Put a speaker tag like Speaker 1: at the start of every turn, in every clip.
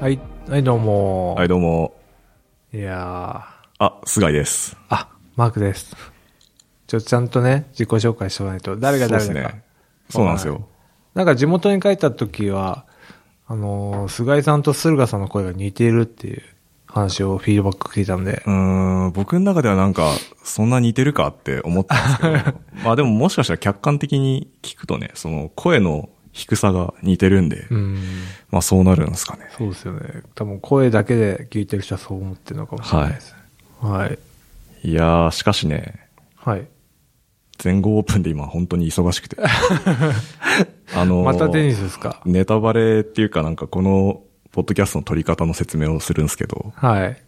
Speaker 1: はい、はい、どうも。
Speaker 2: はい、どうも。
Speaker 1: い、や
Speaker 2: あ、菅井です
Speaker 1: ー。あ、マークです。ちょ、ちゃんとね、自己紹介しておかないと、誰が誰だ
Speaker 2: そ
Speaker 1: か。
Speaker 2: うですね。そうなんです
Speaker 1: わか
Speaker 2: よ。
Speaker 1: なんか地元に帰った時は、あのー菅井さんと駿河さんの声が似ているっていう話をフィードバック聞いたんで
Speaker 2: う、ーん、僕の中ではなんか、そんな似てるかって思ったんで すけど、まあでももしかしたら客観的に聞くとね、その声の低さが似てるんで、
Speaker 1: うん、
Speaker 2: まあそうなるんですかね。
Speaker 1: そうですよね。多分声だけで聞いてる人はそう思ってるのかもしれないですね。はい。
Speaker 2: いやー、しかしね、
Speaker 1: はい。
Speaker 2: 全豪オープンで今本当に忙し くて。あのー
Speaker 1: またテニスですか
Speaker 2: ネタバレっていうかなんかこの、ポッドキャストの撮り方の説明をするんですけど、
Speaker 1: はい。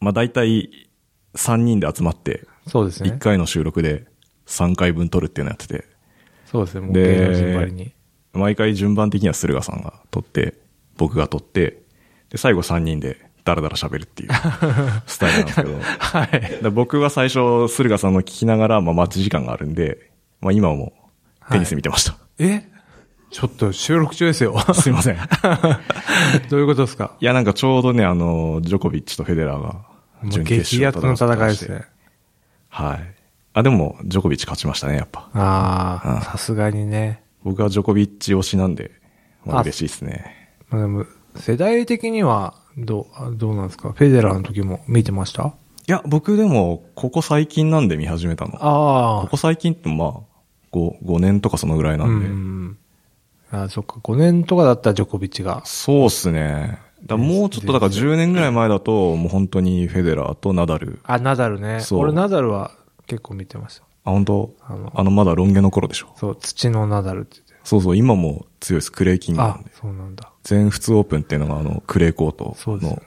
Speaker 2: まあ大体3人で集まって、
Speaker 1: そうですね
Speaker 2: 1。回の収録で3回分撮るっていうのやってて、
Speaker 1: そうですね。もう
Speaker 2: で
Speaker 1: 芸能人ばりに。
Speaker 2: 毎回順番的には駿河さんが撮って、僕が撮って、で、最後3人でダラダラ喋るっ ていうスタイルなんですけど、
Speaker 1: はい。
Speaker 2: で僕は最初駿河さんの聞きながら、まあ待ち時間があるんで、まあ今もテニス見てました。
Speaker 1: えちょっと収録中ですよ。
Speaker 2: す いません。い
Speaker 1: どういうことですか
Speaker 2: や、なんかちょうどね、あの、ジョコビッチとフェデラーが
Speaker 1: もう
Speaker 2: 準決
Speaker 1: 激ア
Speaker 2: 勝
Speaker 1: ツの戦いで
Speaker 2: 戦っ
Speaker 1: す
Speaker 2: てまして
Speaker 1: ね。
Speaker 2: はい。あ、でも、ジョコビッチ勝ちましたね、やっぱ。
Speaker 1: あ
Speaker 2: うん
Speaker 1: あ、さすがにね。
Speaker 2: 僕はジョコビッチ推しなんで、まあ
Speaker 1: あ
Speaker 2: 嬉しいですね。
Speaker 1: まあでも、世代的には、どう、あどうなんですかフェデラーの時も見てました
Speaker 2: いや、僕でも、ここ最近なんで見始めたの。こ
Speaker 1: あ
Speaker 2: こ最近ってまあ、5、5年とかそのぐらい
Speaker 1: あ、
Speaker 2: な
Speaker 1: うん
Speaker 2: で。
Speaker 1: ん。あーそっか、5年とかだったらジョコビッチが。
Speaker 2: そうっすね。だもうちょっと、だから10年ぐらい前だと、もう本当にフェデラーとナダル。
Speaker 1: あ、ナダルね。
Speaker 2: そう
Speaker 1: 俺ナダルは結構見てました。
Speaker 2: あ、本当
Speaker 1: あの
Speaker 2: あの、まだロン毛の頃でしょ。
Speaker 1: そう、土のナダルって言って。
Speaker 2: そうそう、今も強いです。クレーキングな
Speaker 1: あ
Speaker 2: んで。、
Speaker 1: そうなんだ。
Speaker 2: 全仏オープンっていうのが、あの、クレーコート
Speaker 1: そうですよ
Speaker 2: の
Speaker 1: ね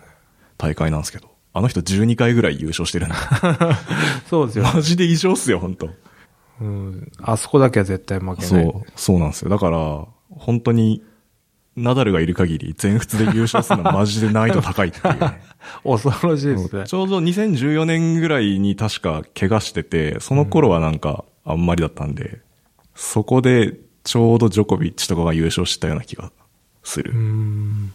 Speaker 2: 大会なんですけど。あの人12回ぐらい優 勝してるんで。
Speaker 1: そうですよ。
Speaker 2: マジで異常っすよ、本当
Speaker 1: うん。あそこだけは絶対負けない。
Speaker 2: そう、そうなんですよ。だから、本当に、ナダルがいる限り、全仏で優勝するのはマジで難易度高いってい うね、
Speaker 1: 恐ろしいですね
Speaker 2: ち。ょうど2014年ぐらいに確か怪我してて、その頃はなんかあんまりだったんで、そこでちょうどジョコビッチとかが優勝したような気がする。
Speaker 1: うん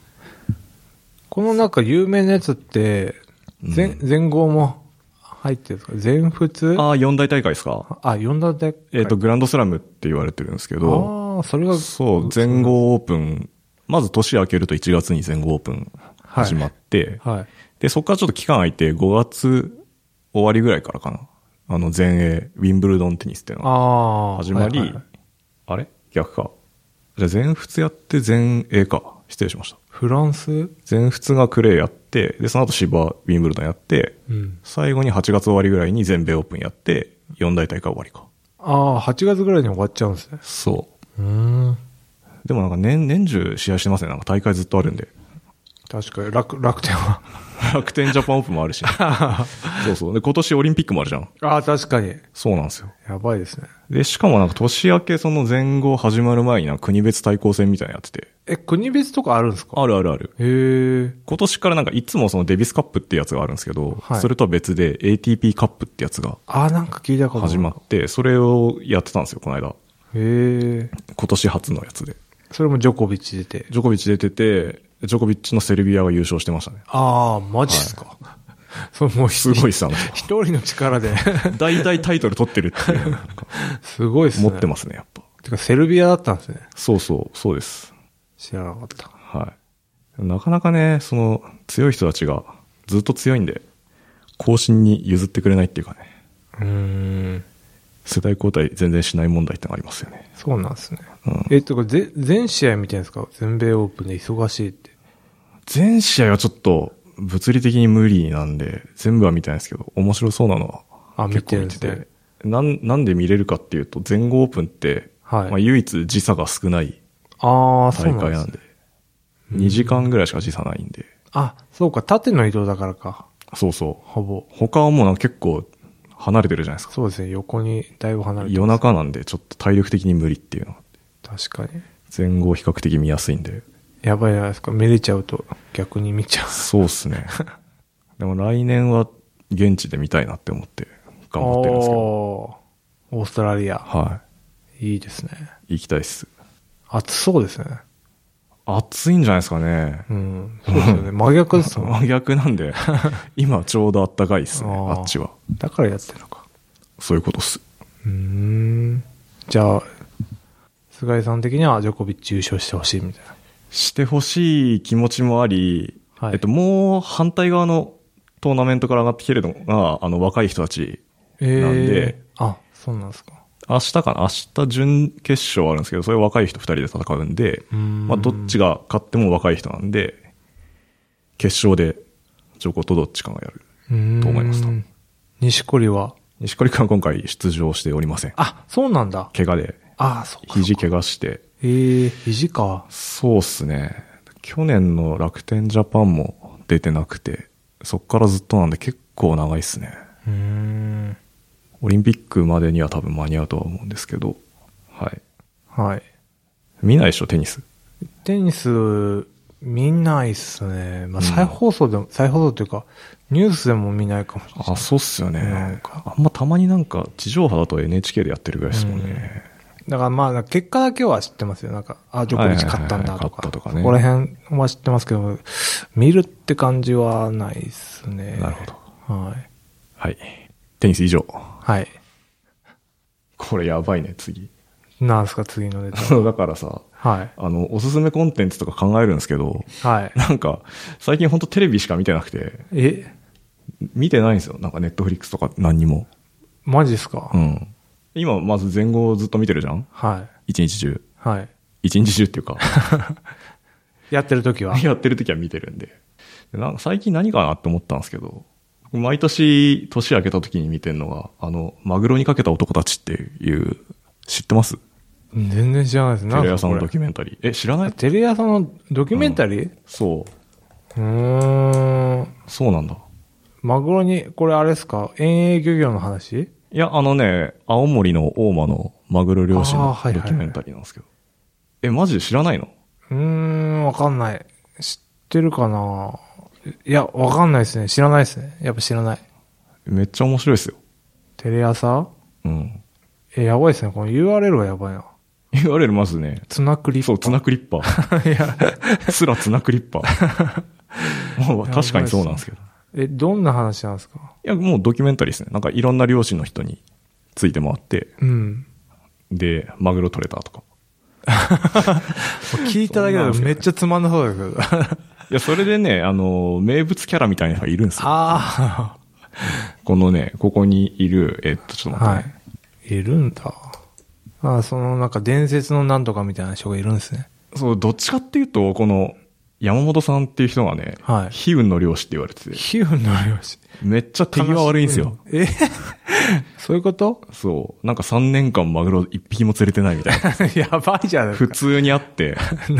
Speaker 1: この中有名なやつって、全、全豪も入ってるんですか全仏あ
Speaker 2: ああ、四大大会ですか
Speaker 1: 四団体。
Speaker 2: えっ、と、グランドスラムって言われてるんですけど、
Speaker 1: ああ、それが、
Speaker 2: そう、全豪オープン、まず年明けると1月に全豪オープン始まって、
Speaker 1: はい。
Speaker 2: で、そこからちょっと期間空いて、5月終わりぐらいからかな。あの、全英、ウィンブルドンテニスっていうのが
Speaker 1: ああ。
Speaker 2: 始まり、
Speaker 1: はいはいはい
Speaker 2: あれ逆か。じゃあ全仏やって全英か。失礼しました。
Speaker 1: フランス
Speaker 2: 全仏がクレーやって、で、その後芝、ウィンブルドンやって、
Speaker 1: うん。
Speaker 2: 最後に8月終わりぐらいに全米オープンやって、4大大会終わりか。
Speaker 1: ああ、8月ぐらいに終わっちゃうんですね。
Speaker 2: そう
Speaker 1: ーん。
Speaker 2: う。でもなんか年、年中試合してますね。なんか大会ずっとあるんで。
Speaker 1: 確かに、楽、楽天は。
Speaker 2: 楽天ジャパンオープンもあるし、そうそう。で、今年オリンピックもあるじゃん。
Speaker 1: ああ、確かに。
Speaker 2: そうなんですよ。
Speaker 1: やばいですね。
Speaker 2: で、しかもなんか年明けその前後始まる前になんか国別対抗戦みたいなのやってて。
Speaker 1: え、国別とかあるんですか
Speaker 2: あるあるある。
Speaker 1: へえ。
Speaker 2: 今年からなんかいつもそのデビスカップってやつがあるんですけど、
Speaker 1: はい
Speaker 2: それとは別で ATP カップってやつが
Speaker 1: ああ、なんか聞いたことある
Speaker 2: 始まって、それをやってたんですよ、この間。
Speaker 1: へえ。
Speaker 2: 今年初のやつで。
Speaker 1: それもジョコビッチ出て。
Speaker 2: ジョコビッチ出てて、ジョコビッチのセルビアが優勝してましたね。
Speaker 1: ああ、マジっすか。 そう、もう
Speaker 2: すごいっ す、あの
Speaker 1: 一人の力で。
Speaker 2: 人大体タイトル取ってるっていう、なんか
Speaker 1: すごいっすね。
Speaker 2: 持ってますね、やっぱ。
Speaker 1: てか、セルビアだったんですね。
Speaker 2: そうそう、そうです。
Speaker 1: 知らなかった。
Speaker 2: はい。なかなかね、その、強い人たちがずっと強いんで、後進に譲ってくれないっていうかね、
Speaker 1: うーん。
Speaker 2: 世代交代全然しない問題ってのがありますよね。
Speaker 1: そうなんですね。
Speaker 2: うん
Speaker 1: えっと、これぜ全試合みたいですか全米オープンで忙しいって。
Speaker 2: 全試合はちょっと、物理的に無理なんで、全部は見たいんですけど、面白そうなのは、
Speaker 1: あ、見
Speaker 2: 結
Speaker 1: て
Speaker 2: 構
Speaker 1: るん
Speaker 2: 見
Speaker 1: で
Speaker 2: て
Speaker 1: す
Speaker 2: て、
Speaker 1: ね。
Speaker 2: なん、なんで見れるかっていうと、全豪オープンって、
Speaker 1: はい
Speaker 2: まあ、唯一時差が少ない
Speaker 1: ああ、そう
Speaker 2: 大
Speaker 1: なん
Speaker 2: 会
Speaker 1: で
Speaker 2: な
Speaker 1: す
Speaker 2: ん
Speaker 1: ね
Speaker 2: で、2時間ぐらいしか時差ないんで、
Speaker 1: あ、そうか、縦の移動だからか。
Speaker 2: そうそう。
Speaker 1: ほぼ。
Speaker 2: 他はもうなんか結構離れてるじゃないですか。
Speaker 1: そうですね、横にだいぶ離れて
Speaker 2: 夜
Speaker 1: ます。
Speaker 2: 中なんでちょっと体力的に無理っていうのがあって
Speaker 1: 確かに。
Speaker 2: 前後比較的見やすいんで
Speaker 1: やばいじゃないですか。見れちゃうと逆に見ちゃう。
Speaker 2: そうっ すねでも来年は現地で見たいなって思って頑張ってるんですけど
Speaker 1: おーオーストラリア。
Speaker 2: はい
Speaker 1: いですね。
Speaker 2: い行きたいっす
Speaker 1: 暑そうですね。
Speaker 2: 暑いんじゃないですかね。
Speaker 1: うん。そうですよね。真逆ですもん。
Speaker 2: 真 逆なんで、今ちょうど暖かいですね、
Speaker 1: ー
Speaker 2: あっちは。。
Speaker 1: だからやってるのか。
Speaker 2: そういうことっす。
Speaker 1: うーん。じゃあ、菅井さん的にはジョコビッチ優勝してほしいみたいな。
Speaker 2: してほしい気持ちもあり、
Speaker 1: はい
Speaker 2: えっと、もう反対側のトーナメントから上がってきてるのが、あの、若い人たち。
Speaker 1: え
Speaker 2: なんで
Speaker 1: あ、そうなんですか。
Speaker 2: 明日かな明日準決勝あるんですけど、それ若い人2人で戦うんで、
Speaker 1: うーん
Speaker 2: まあ、どっちが勝っても若い人なんで、決勝で、ジョコとどっちかがやる。
Speaker 1: と
Speaker 2: と思いますと。
Speaker 1: 西堀は、
Speaker 2: 西堀君は今回出場しておりません。
Speaker 1: あ、そうなんだ。
Speaker 2: 怪我で、
Speaker 1: あ、そうか。
Speaker 2: 肘怪我して、
Speaker 1: ええ肘か。
Speaker 2: そうっすね。去年の楽天ジャパンも出てなくて、そっからずっとなんで結構長いっすね。
Speaker 1: うーん。
Speaker 2: オリンピックまでには多分間に合うとは思うんですけど、はい。
Speaker 1: はい。
Speaker 2: 見ないでしょ、テニス。
Speaker 1: テニス、見ないっすね。まあ、
Speaker 2: うん
Speaker 1: 再放送でも、再放送っていうか、ニュースでも見ないかもしれない。
Speaker 2: あ、そうっすよ
Speaker 1: なん
Speaker 2: ね。
Speaker 1: か
Speaker 2: あんまたまになんか、地上波だと NHK でやってるぐらいですもんね。
Speaker 1: だからまあ、結果だけは知ってますよ。なんか、あ、ジョコビッチ勝ったんだとか。
Speaker 2: はいはいはい勝ったとかね
Speaker 1: そこら辺は知ってますけど、見るって感じはないですね。
Speaker 2: なるほど。
Speaker 1: ど。はい。
Speaker 2: はい。テニス以上。
Speaker 1: はい。
Speaker 2: これやばいね、次。
Speaker 1: なんすか、次のネタ。
Speaker 2: そうだからさ、
Speaker 1: はい。
Speaker 2: あの、おすすめコンテンツとか考えるんですけど、
Speaker 1: はい。
Speaker 2: なんか、最近ほんとテレビしか見てなくて、
Speaker 1: え、
Speaker 2: 見てないんですよ。なんかネットフリックスとか何にも。
Speaker 1: マジですか、
Speaker 2: うん。今、まず前後をずっと見てるじゃん
Speaker 1: はい。
Speaker 2: 一日中。
Speaker 1: はい。
Speaker 2: 一日中っていうか、
Speaker 1: やってる時は。
Speaker 2: やってる時は見てるんで。でなんか最近何かなって思ったんですけど、僕毎年、年明けた時に見てるのが、あの、マグロにかけた男たちっていう、知ってます
Speaker 1: 全然知らないです。
Speaker 2: テレ朝のドキ
Speaker 1: ュ
Speaker 2: ュメンタリー。え、知らない
Speaker 1: テレ朝のドキュメンタリー
Speaker 2: そう。
Speaker 1: うーん。
Speaker 2: そうなんだ。
Speaker 1: マグロに、これあれですか遠泳漁業の話
Speaker 2: いや、あのね、青森の大間のマグロ漁師
Speaker 1: あー
Speaker 2: の
Speaker 1: はいはいはい
Speaker 2: ドキュメンタリーなんですけど。え、マジで知らないの
Speaker 1: うーん、わかんない。知ってるかないや、わかんないですね。知らないですね。やっぱ知らない。
Speaker 2: めっちゃ面白いですよ。
Speaker 1: テレ朝
Speaker 2: うん。
Speaker 1: え、やばいですね。この URL がやばいな。
Speaker 2: URL まずね、
Speaker 1: ツナクリ
Speaker 2: そう、ツナクリッパ
Speaker 1: い
Speaker 2: ー。
Speaker 1: や、
Speaker 2: すらツナクリッパー。 まあ確かにそうなんですけど。
Speaker 1: え、どんな話なんですか
Speaker 2: いや、もうドキュメンタリーですね。なんかいろんな漁師の人について回って、
Speaker 1: うん。
Speaker 2: で、マグロ取れたとか。
Speaker 1: 聞いただけだとめっちゃつまんなそうだけど。
Speaker 2: いや、それでね、あの、名物キャラみたいなのがいるんですよ。
Speaker 1: あ
Speaker 2: このね、ここにいる、えっと、ちょっと待って、ね。
Speaker 1: はい。いるんだ。あそのなんか伝説のなんとかみたいな人がいるんですね。
Speaker 2: そう、どっちかっていうと、この、山本さんっていう人がね、
Speaker 1: はい
Speaker 2: 悲運の漁師って言われてて、
Speaker 1: ヒューの漁師。
Speaker 2: めっちゃ手際悪いんですよ。
Speaker 1: え そういうこと
Speaker 2: そう。なんか3年間マグロ1匹も釣れてないみたいな。
Speaker 1: やばいじゃないです
Speaker 2: 普
Speaker 1: か。
Speaker 2: 通にあって、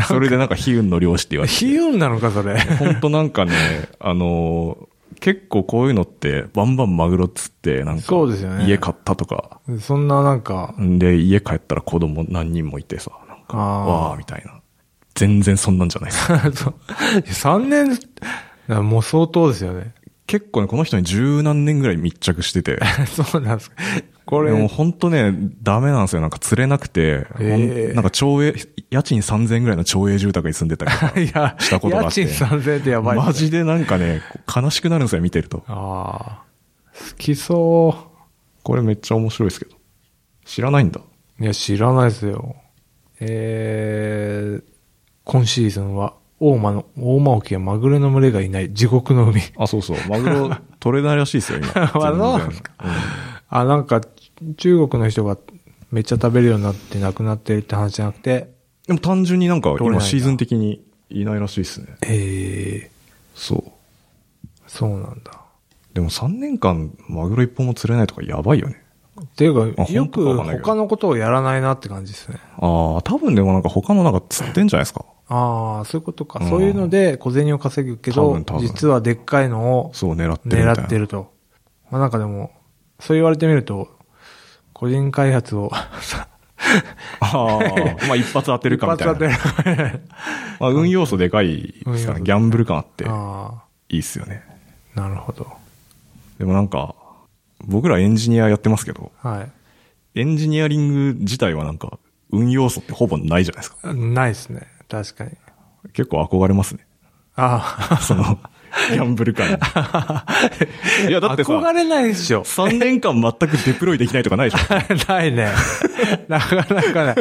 Speaker 2: それでなんか悲運の漁師って言われて
Speaker 1: ヒューなのか、それ。
Speaker 2: 本当な んかね、あのー結構こういうのって、バンバンマグロ釣って、なんか
Speaker 1: そうですよ、ね
Speaker 2: 家買ったとか、
Speaker 1: そんななんか、
Speaker 2: んで、家帰ったら子供何人もいてさ、なんか、
Speaker 1: あー
Speaker 2: わーみたいな。全然そんなんじゃないです。
Speaker 1: 3年、なもう相当ですよね。
Speaker 2: 結構ね、この人に十何年ぐらい密着してて、
Speaker 1: そうなんですか。 こ
Speaker 2: でも
Speaker 1: れ、
Speaker 2: 本当ね、ダメなんですよ。なんか釣れなくて、
Speaker 1: へー
Speaker 2: ほんなんか町営、家賃3000円ぐらいの町営住宅に住んでたりとか
Speaker 1: いや、
Speaker 2: したことがあって。
Speaker 1: 家賃3000円ってやばいっすね
Speaker 2: マジでなんかね、こう悲しくなるんですよ、見てると。
Speaker 1: ああ、好きそ
Speaker 2: これめっちゃ面白いですけど。知らないんだ。
Speaker 1: う。いや、知らないですよ。えー、今シーズンは、大間の、大間沖はマグロの群れがいない地獄の海。
Speaker 2: あ、そうそう。マグロ取れないらしいですよ、 今。
Speaker 1: あそうなんですかあ、なんか、中国の人がめっちゃ食べるようになって亡くなってるって話じゃなくて、
Speaker 2: でも単純になんか
Speaker 1: れないん
Speaker 2: 今
Speaker 1: だ
Speaker 2: シーズン的にいないらしいですね。
Speaker 1: ええ
Speaker 2: そう。
Speaker 1: そうなんだ。
Speaker 2: でも3年間マグロ一本も釣れないとかやばいよね。
Speaker 1: っていう
Speaker 2: あ
Speaker 1: か、よ
Speaker 2: 本当かわ
Speaker 1: く
Speaker 2: かんないけど
Speaker 1: 他のことをやらないなって感じですね。
Speaker 2: ああ、多分でもなんか他のなんか釣ってんじゃないですか。
Speaker 1: ああ、そういうことか。
Speaker 2: うん
Speaker 1: そういうので小銭を稼ぐけ
Speaker 2: 多
Speaker 1: ど
Speaker 2: 分多、分
Speaker 1: 実はでっかいのを
Speaker 2: そう、狙ってるみたいな。
Speaker 1: 狙ってると。まあなんかでも、そう言われてみると、個人開発 を、
Speaker 2: ああ、まあ一発当てるかみたいな。
Speaker 1: 一発当てる。
Speaker 2: まあ運要素でかいですから、
Speaker 1: うん
Speaker 2: ギャンブル感あって、
Speaker 1: あ
Speaker 2: いいっすよね。
Speaker 1: あ、なるほど。
Speaker 2: でもなんか、僕らエンジニアやってますけど、
Speaker 1: はい。
Speaker 2: エンジニアリング自体はなんか、運要素ってほぼないじゃないですか。
Speaker 1: ないですね。確かに。
Speaker 2: 結構憧れますね。
Speaker 1: あ
Speaker 2: その、ギャンブル感に。 いや、
Speaker 1: あ。
Speaker 2: だってさ、
Speaker 1: 憧れないでし ょ。
Speaker 2: 3年間全くデプロイできないとかないでしょ。
Speaker 1: ないね。なかなかない。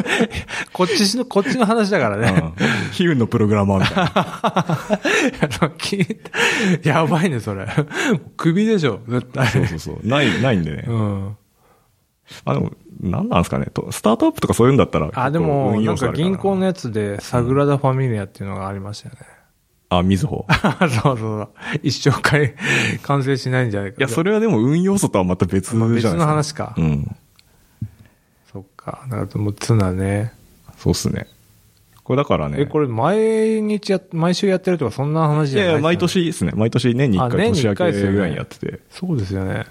Speaker 1: こっちの、こっちの話だから
Speaker 2: う
Speaker 1: ね。
Speaker 2: ん悲運のプログラマーみたいな。
Speaker 1: あの聞いた やばいね、それ。首でしょ、絶対。
Speaker 2: そうそうそう。ない、ないんでね。
Speaker 1: うん。
Speaker 2: あ、でも、なんなんですかね。とスタートアップとかそういうんだったら。
Speaker 1: あ、でも、なんか銀行の
Speaker 2: ね。
Speaker 1: やつで、サグラダ・ファミリアっていうのがありましたよね。
Speaker 2: あ、みずほ。
Speaker 1: そうそうそう。一生回、完成しないんじゃないか。
Speaker 2: いや、そ
Speaker 1: れ
Speaker 2: れはでも運用素とはまた別じゃないです
Speaker 1: 別
Speaker 2: か。
Speaker 1: の話か。
Speaker 2: うん。
Speaker 1: そっか。なんかもうツナね。
Speaker 2: そうっすね。これだからね。
Speaker 1: え、これ毎日や、毎週やってるとかそんな話
Speaker 2: い
Speaker 1: じゃない
Speaker 2: やいや、毎。年ですね。毎年年に1
Speaker 1: あ
Speaker 2: 回
Speaker 1: 年に
Speaker 2: 年
Speaker 1: 一
Speaker 2: 明
Speaker 1: 回
Speaker 2: け
Speaker 1: ですよね
Speaker 2: ぐらいにやってて。
Speaker 1: そうですよね。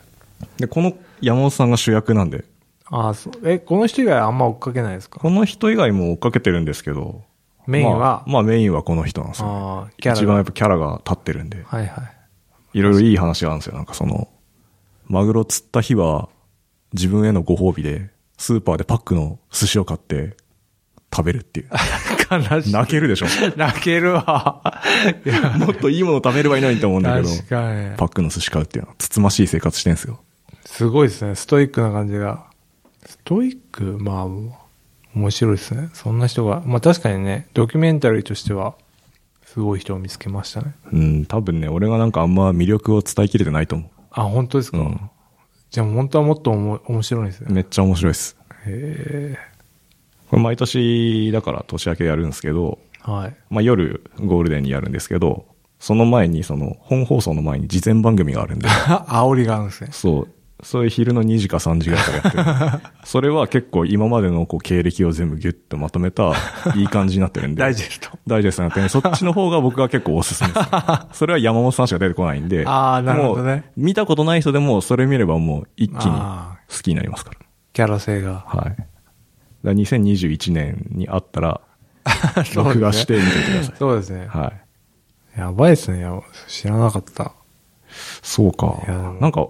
Speaker 2: で、この山本さんが主役なんで、
Speaker 1: あ、そう。え、この人以外あんま追っかけないですか
Speaker 2: この人以外も追っかけてるんですけど、
Speaker 1: メインは
Speaker 2: まあ、まあメインはこの人なんですよ。
Speaker 1: ああ、キャラが。
Speaker 2: 一番やっぱキャラが立ってるんで、
Speaker 1: はいはい。
Speaker 2: いろいろいい話があるんですよ。なんかその、マグロ釣った日は自分へのご褒美で、スーパーでパックの寿司を買って食べる っていう。
Speaker 1: 悲しい。
Speaker 2: 泣けるでしょ
Speaker 1: 泣けるわ。いや、
Speaker 2: もっといいもの食べればいいのにと思うんだけど、
Speaker 1: 確かに
Speaker 2: パ。ックの寿司買うっていうのは、つつましい生活してんすよ。
Speaker 1: すごいですね。ストイックな感じが。ストイックまあ、面白いですね。そんな人が。まあ確かにね、ドキュメンタリーとしては、すごい人を見つけましたね。
Speaker 2: うん、多分ね、俺がなんかあんま魅力を伝えきれてないと思
Speaker 1: あ、本当です
Speaker 2: う。
Speaker 1: か、
Speaker 2: うん。
Speaker 1: じゃあ本当はもっとおも面白いんですね。
Speaker 2: めっちゃ面白いです。
Speaker 1: へ
Speaker 2: これ毎年、だから年明けやるんですけど、
Speaker 1: え。はい。
Speaker 2: まあ夜ゴールデンにやるんですけど、その前にその本放送の前に事前番組があ るんで、
Speaker 1: あ、煽りがあるんですね。
Speaker 2: そう。そういう昼の2時か3時ぐらいからやってる。 それは結構今までのこう経歴を全部ギュッとまとめた、いい感じになってるんで。
Speaker 1: ダイジェスト。
Speaker 2: ダイジェストになってるんで、そっちの方が僕は結構おすすめです。 それは山本さんしか出てこないんで。
Speaker 1: あーなるほどね
Speaker 2: もう見たことない人でもそれ見ればもう一気に
Speaker 1: あ
Speaker 2: 好きになりますから。
Speaker 1: キャラ性が。
Speaker 2: はい。だから2021年にあったら、
Speaker 1: そうですね
Speaker 2: 録画してみてください。
Speaker 1: そうですね。
Speaker 2: はい。
Speaker 1: やばいですね。いや知らなかった。
Speaker 2: そうか
Speaker 1: いやでも。
Speaker 2: なんか、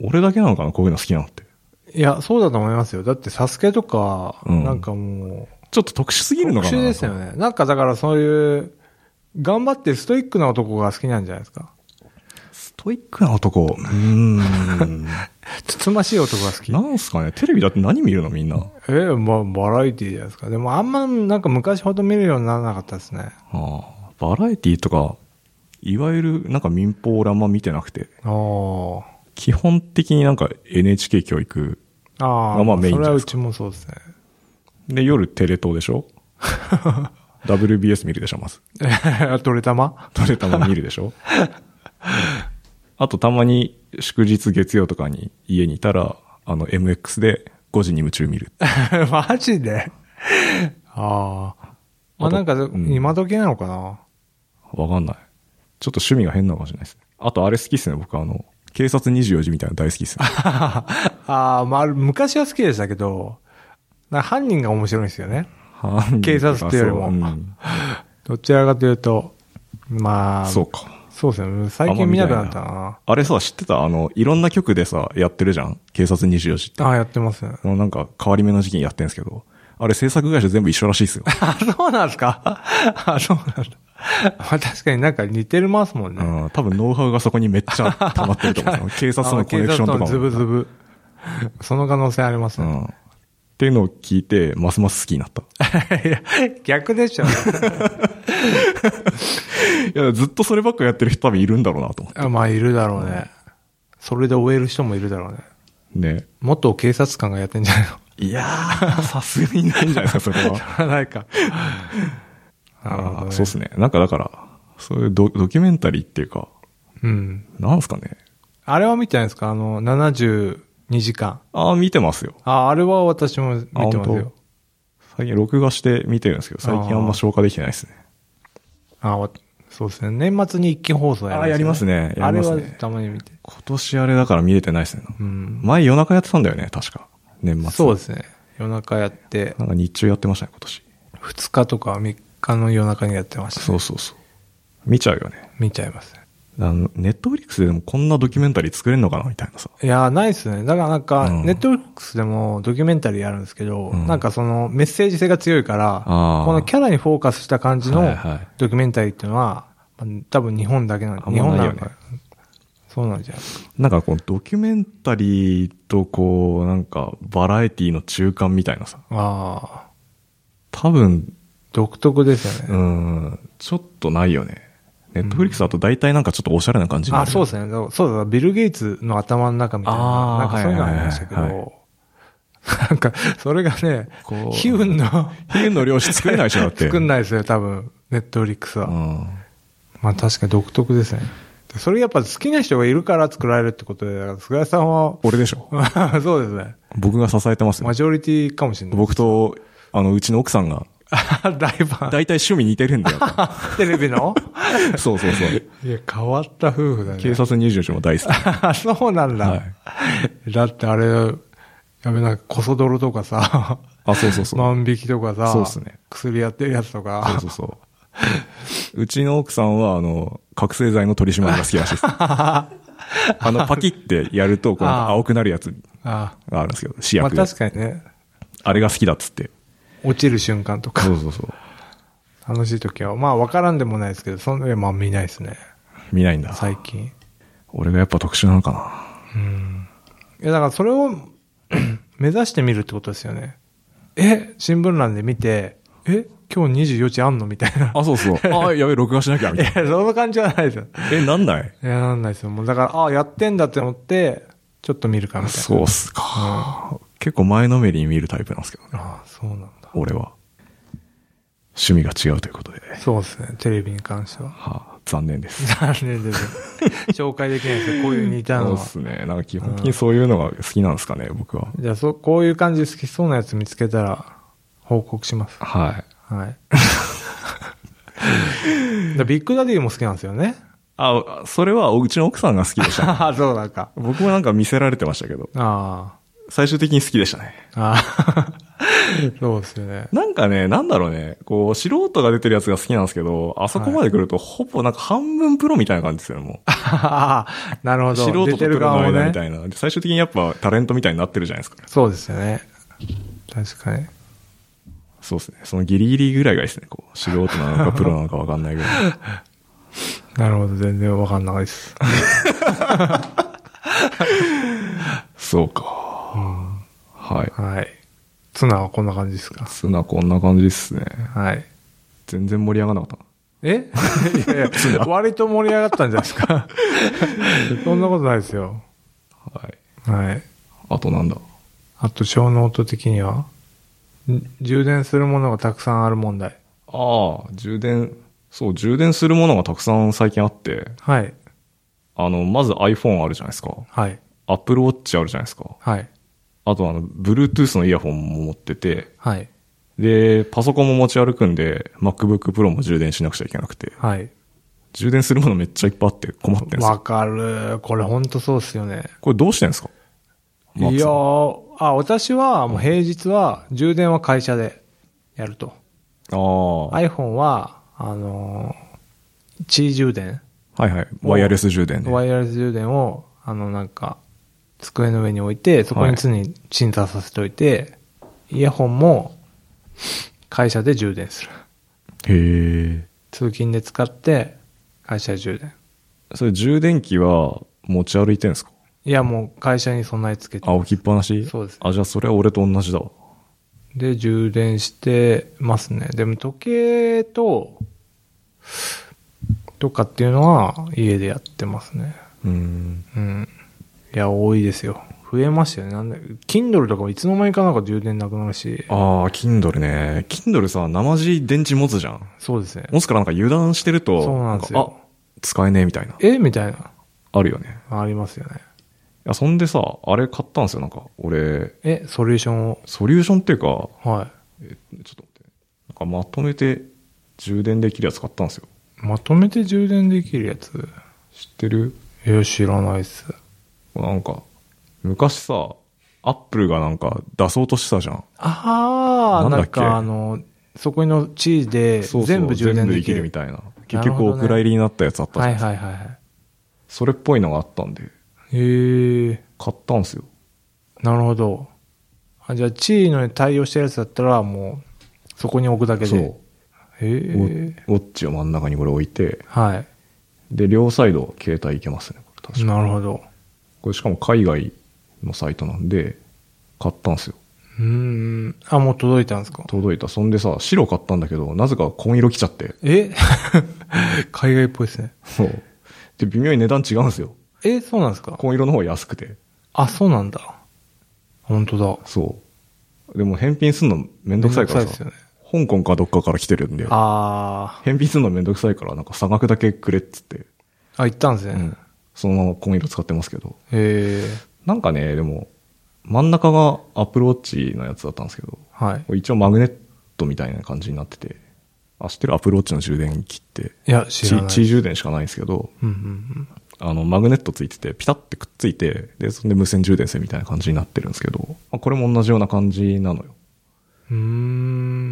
Speaker 2: 俺だけなのかな、こういうの好きなのって。
Speaker 1: いや、そうだと思いますよ。だって、サスケとか、
Speaker 2: うん
Speaker 1: なんかもう、
Speaker 2: ちょっと特殊すぎるのかな。
Speaker 1: 特殊ですよね。なんかだからそういう、頑張ってストイックな男が好きなんじゃないですか。
Speaker 2: ストイックな男。うーん。
Speaker 1: つつましい男が好き。
Speaker 2: なんすかね、テレビだって何見るのみんな。あ
Speaker 1: ええまあ、バラエティーじゃないですか。でもあんま、なんか昔ほど見るようにならなかったですね。
Speaker 2: あバラエティとか、いわゆるなんか民放俺あんま見てなくて、
Speaker 1: あー
Speaker 2: 基本的になんか NHK 教育。
Speaker 1: あー。
Speaker 2: あまあメイ
Speaker 1: そ
Speaker 2: ンじ
Speaker 1: れは
Speaker 2: ゃないうです
Speaker 1: ちもそうですね。
Speaker 2: で、夜テレ東でしょ ?WBS 見るでしょ、まず。
Speaker 1: 取れたま
Speaker 2: 撮れたも見るでしょあとたまに祝日月曜とかに家にいたら、あの MX で5時に夢中見る。
Speaker 1: マジでああ。まあなんか、
Speaker 2: ん
Speaker 1: 今時なのかな。
Speaker 2: わかんない。ちょっと趣味が変なのかもしれないですね。あとあれ好きっすね、僕あの、警察24時みたいなの大好きっすね。
Speaker 1: ああ、まあ、昔は好きでしたけど、なんか犯人が面白いんですよね。
Speaker 2: はい
Speaker 1: 警察っていうよりも
Speaker 2: あそううん
Speaker 1: どちらかというと、まあ、
Speaker 2: そうか。
Speaker 1: そうですね。最近見なくなったな。
Speaker 2: あれさ、知ってたあの、いろんな局でさ、やってるじゃん警察24時って。
Speaker 1: ああ、やってますね。
Speaker 2: あのなんか、変わり目の時期にやってんすけど、あれ制作会社全部一緒らしいっすよ。
Speaker 1: あ、そうなんですか あ、そうなんだ。まあ確かになんか似てるますもんね。
Speaker 2: うん、多分ノウハウがそこにめっちゃ溜まってると 思うんですよ。警
Speaker 1: あ
Speaker 2: 察のコネクションとか
Speaker 1: 警察のズ
Speaker 2: も。
Speaker 1: ブズブ。その可能性あります
Speaker 2: う
Speaker 1: ね。
Speaker 2: ん。っていうのを聞いて、ますます好きになっ た。
Speaker 1: いや、逆でしょ。
Speaker 2: いや、ずっとそればっかやってる人多分いるんだろうなと思っ
Speaker 1: あまあ、いるだろうね。それで終える人もいるだろうね。
Speaker 2: て。ね。
Speaker 1: 元警察官がやってんじゃない
Speaker 2: いやー、さすがにないんじゃないですか、それは。
Speaker 1: の ないか。なるほど
Speaker 2: あ
Speaker 1: ね
Speaker 2: ーそうっすね。なんかだから、そういうドドキュメンタリーっていうか、
Speaker 1: うん。
Speaker 2: なんすかね。
Speaker 1: あれは見てないですかあの、72時間。
Speaker 2: ああ、見てますよ。
Speaker 1: あ、あれは私も見て
Speaker 2: あ
Speaker 1: ます
Speaker 2: 本
Speaker 1: よ。
Speaker 2: 当最近録画して見てるんですけど、最近あんま消化できてないですね。
Speaker 1: あわそうですね。年末に一気放送や
Speaker 2: あやりますねや
Speaker 1: あ
Speaker 2: り
Speaker 1: れ
Speaker 2: ます
Speaker 1: は
Speaker 2: ね
Speaker 1: たまに見て。
Speaker 2: 今年あれだから見れてないですね。
Speaker 1: うん。
Speaker 2: 前夜中やってたんだよね、確か。年末。
Speaker 1: そうですね。夜中やって、
Speaker 2: なんか日中やってましたね、今年。
Speaker 1: 2日とか3日の夜中にやってましたね、
Speaker 2: そうそうそう。見ちゃうよね。
Speaker 1: 見ちゃいますね。
Speaker 2: あのネットフリックスでもこんなドキュメンタリー作れるのかなみたいなさ。
Speaker 1: いやー、ないっすね。だからなんか、
Speaker 2: うん
Speaker 1: ネットフリックスでもドキュメンタリーやるんですけど、
Speaker 2: うん
Speaker 1: なんかそのメッセージ性が強いから、
Speaker 2: あー
Speaker 1: このキャラにフォーカスした感じの
Speaker 2: はいはい
Speaker 1: ドキュメンタリーっていうのは、まあ多分日本だけなん
Speaker 2: あん
Speaker 1: 日
Speaker 2: ま
Speaker 1: 本
Speaker 2: ない
Speaker 1: な
Speaker 2: よ
Speaker 1: ん
Speaker 2: ね
Speaker 1: か、そうなんじゃないですか。
Speaker 2: なんかこのドキュメンタリーとこう、なんかバラエティの中間みたいなさ。
Speaker 1: ああ、
Speaker 2: 多分、
Speaker 1: 独特ですよ
Speaker 2: う
Speaker 1: ね。
Speaker 2: ん、ちょっとないよね。ネットフリックスだと大体なんかちょっとおしゃれな感じにな
Speaker 1: あ、
Speaker 2: る
Speaker 1: そうですね。そうそうだ、ビル・ゲイツの頭の中みたいな、
Speaker 2: あー
Speaker 1: なんかそういうのありましたけど、
Speaker 2: はいはいはいは
Speaker 1: なんか、それがね
Speaker 2: こ、う
Speaker 1: ヒュンの
Speaker 2: ヒュンの漁師作れないでしょ、だって。
Speaker 1: 作んないですよ、多分、ネットフリックスは。
Speaker 2: うん。
Speaker 1: まあ確かに独特ですね。でそれやっぱ好きな人がいるから作られるってことで、だから菅井さんは、
Speaker 2: 俺でしょ。
Speaker 1: そうですね。
Speaker 2: 僕が支えてますよ
Speaker 1: マ。ジョリティかもしれない。
Speaker 2: 僕と、あの、うちの奥さんが、
Speaker 1: あ 大ファン。
Speaker 2: 大体趣味似てるん だよ。
Speaker 1: テレビ の
Speaker 2: そうそうそう。
Speaker 1: いや、変わった夫婦だね。
Speaker 2: 警察24時も大好き。
Speaker 1: あ そうなんだ。
Speaker 2: は
Speaker 1: だってあれ、やべ、なんか、コソ泥とかさ、
Speaker 2: あ、そうそうそう。
Speaker 1: 万引きとかさ、
Speaker 2: そうっすね
Speaker 1: 薬やってるやつとか、
Speaker 2: そうそうそう。うちの奥さんは、あの、覚醒剤の取り締まりが好きらしい です。あの、パキってやると、こう、なんか青くなるやつ
Speaker 1: あ
Speaker 2: があるんですけど、試
Speaker 1: まあ
Speaker 2: 薬で。
Speaker 1: 確かにね、
Speaker 2: あれが好きだっつって。
Speaker 1: 落ちる瞬間とか、
Speaker 2: うそうそう。
Speaker 1: 楽しい時は、まあ分からんでもないですけど、そんな、まあ見ないですね、
Speaker 2: 見ないんだ。
Speaker 1: 最近。
Speaker 2: 俺がやっぱ特殊なのか
Speaker 1: いや、だからそれを 目指してみるってことですよね。え、新聞欄で見て、え、今日24時あんのみ たいな。
Speaker 2: な。あ、そうそう。 あ、やべ、録画しなきゃ、み
Speaker 1: い
Speaker 2: たい
Speaker 1: や、そんな感じはないですよ。
Speaker 2: な。え、なんない
Speaker 1: いや、なんないですよ。もうだから、ああ、やってんだって思って、ちょっと見るかみたいな。
Speaker 2: そうっすか。結構前のめりに見るタイプなんですけどね。
Speaker 1: ああ、そうなんだ。
Speaker 2: 俺は。趣味が違うということで。
Speaker 1: そうですね。テレビに関しては。
Speaker 2: はあ、残念です。
Speaker 1: 残念です。紹介できないですよ。こういう似た
Speaker 2: そう
Speaker 1: のは。
Speaker 2: っすね。なんか基本的にそういうのが好きなんですかね、僕は。
Speaker 1: じゃあ、そ、こういう感じで好きそうなやつ見つけたら、報告します。
Speaker 2: はい。
Speaker 1: はい。で ビッグダディも好きなんですよね。
Speaker 2: あ、それはうちの奥さんが好き でした。
Speaker 1: ああ、そうなんか。
Speaker 2: 僕もなんか見せられてましたけど、
Speaker 1: ああ。
Speaker 2: 最終的に好きでしたね。
Speaker 1: ああ、 そうですよね。
Speaker 2: なんかね、なんだろうね、こう、素人が出てるやつが好きなんですけど、あそこまで来ると、ほぼなんか半分プロみたいな感じですよね、もう。
Speaker 1: ああなるほど。
Speaker 2: 素人
Speaker 1: 出
Speaker 2: と
Speaker 1: て
Speaker 2: プロ
Speaker 1: る
Speaker 2: の
Speaker 1: 側も
Speaker 2: 間
Speaker 1: ね
Speaker 2: み。たいな。で最終的にやっぱタレントみたいになってるじゃないですか。
Speaker 1: そうですよね。確かに。
Speaker 2: そうですね。そのギリギリぐらいがいいですね、こう。素人なのかプロなのかわかんな いぐらい。
Speaker 1: なるほど。全然わかんないです。
Speaker 2: そうか。はい。
Speaker 1: はい。ツナはこんな感じですか。
Speaker 2: ツナこんな感じですね。
Speaker 1: はい。
Speaker 2: 全然盛り上がらなかっ
Speaker 1: え いやいや、割と盛り上がったんじゃないですか。 そんなことないですよ。
Speaker 2: たな。はい。
Speaker 1: はい。
Speaker 2: あとなんだ
Speaker 1: あと、小ノート的にはん充電するものがたくさんある問題。
Speaker 2: ああ、充電、そう、充電するものがたくさん最近あって、
Speaker 1: はい。
Speaker 2: あの、まず iPhone あるじゃないですか。
Speaker 1: はい。
Speaker 2: Apple Watch あるじゃないですか。
Speaker 1: はい。
Speaker 2: あと、あの、Bluetooth のイヤホンも持ってて、
Speaker 1: はい。
Speaker 2: で、パソコンも持ち歩くんで、MacBook Pro も充電しなくちゃいけなくて、
Speaker 1: はい。
Speaker 2: 充電するものめっちゃいっぱいあって困ってるんです
Speaker 1: わ
Speaker 2: よ。
Speaker 1: かる。これほんとそうっすよね。
Speaker 2: これどうしてんですか
Speaker 1: いやーあ、私はもう平日は充電は会社でやると。
Speaker 2: ああ、はい、
Speaker 1: iPhone は、あのー、地位充電、
Speaker 2: はいはいワイヤレス充電ね。
Speaker 1: ワイヤレス充電を、あのなんか、机の上に置いて、そこに常に鎮座させておいて、イヤホンも会社で充電する。
Speaker 2: へ
Speaker 1: 通勤で使って、会社で充電。
Speaker 2: え。それ充電器は持ち歩いてるんですか
Speaker 1: いや、もう会社に備え付け
Speaker 2: あ、
Speaker 1: て。
Speaker 2: 置きっぱなし
Speaker 1: そうです
Speaker 2: あ、じゃあそれは俺と同じだわ。
Speaker 1: で、充電してますね。でも時計と、とかっていうのは家でやってますね。
Speaker 2: うん。
Speaker 1: うん。いや、多いですよ。増えましたよね。なんで、Kindle とかもいつの間にかなんか充電なくなるし。
Speaker 2: ああ、Kindle ね。Kindle さ、生地電池持つじゃん。
Speaker 1: そうですね。
Speaker 2: 持つからなんか油断してると、
Speaker 1: そうなんですよ
Speaker 2: かあ、使えねえみたいな。
Speaker 1: えみたいな。
Speaker 2: あるよね。
Speaker 1: ありますよね。
Speaker 2: いや、そんでさ、あれ買ったんですよ、なんか。俺、
Speaker 1: え、ソリューションを。
Speaker 2: ソリューションっていうか、
Speaker 1: は
Speaker 2: えちょっと待って。なんかまとめて充電できるやつ買ったんですよ。
Speaker 1: い。まとめて充電できるやつ。
Speaker 2: 知ってる
Speaker 1: いや、知らないっす。
Speaker 2: なんか、昔さ、アップルがなんか出そうとしてたじゃん。
Speaker 1: あー、
Speaker 2: なん
Speaker 1: な
Speaker 2: だ
Speaker 1: ん
Speaker 2: っけ
Speaker 1: かあの、そこの地位で
Speaker 2: そうそう
Speaker 1: 全部充電できる。
Speaker 2: みたいな。
Speaker 1: な
Speaker 2: 結
Speaker 1: るほどね
Speaker 2: 局お蔵入りになったやつあったじゃん。
Speaker 1: はいはいはいはい。
Speaker 2: それっぽいのがあったんで、
Speaker 1: へえ、
Speaker 2: 買ったんですよ。
Speaker 1: なるほど。あじゃあ、チーノに対応してるやつだったら、もう、そこに置くだけで。
Speaker 2: そう。
Speaker 1: へ
Speaker 2: ウォ
Speaker 1: え、
Speaker 2: ウォッチを真ん中にこれ置いて、
Speaker 1: は
Speaker 2: で、両サイド携帯いけますね、これ確か
Speaker 1: い。なるほど。
Speaker 2: これしかも海外のサイトなんで、買ったんですよ。
Speaker 1: うーん。あ、もう届いたんですか
Speaker 2: 届いた。そんでさ、白買ったんだけど、なぜか紺色来ちゃって。
Speaker 1: え 海外っぽいですね。
Speaker 2: そう。で、微妙に値段違うんですよ。
Speaker 1: え、そうなんですか
Speaker 2: 紺色の方が安くて。
Speaker 1: あ、そうなんだ。本当だ。
Speaker 2: そう。でも返品すんのめんどくさいから
Speaker 1: めんどく
Speaker 2: さ、
Speaker 1: さいで
Speaker 2: 香港かどっかから来てるんで、
Speaker 1: あ
Speaker 2: 返品すんのめんどくさいから、なんか差額だけくれっつって、
Speaker 1: ー。あ、行ったんですね。
Speaker 2: うんそのまま紺色使ってますけど。
Speaker 1: へえ、
Speaker 2: なんかね、でも、真ん中がアップルウォッチのやつだったんですけど、
Speaker 1: はい。
Speaker 2: これ一応マグネットみたいな感じになってて、あ、知ってるアップルウォッチの充電器って、
Speaker 1: いや、知
Speaker 2: チ
Speaker 1: らない。
Speaker 2: チー充電しかないんですけど、
Speaker 1: うんうん
Speaker 2: あの、マグネットついてて、ピタってくっついて、で、そんで無線充電するみたいな感じになってるんですけど、まあこれも同じような感じなのよ。
Speaker 1: うん。うー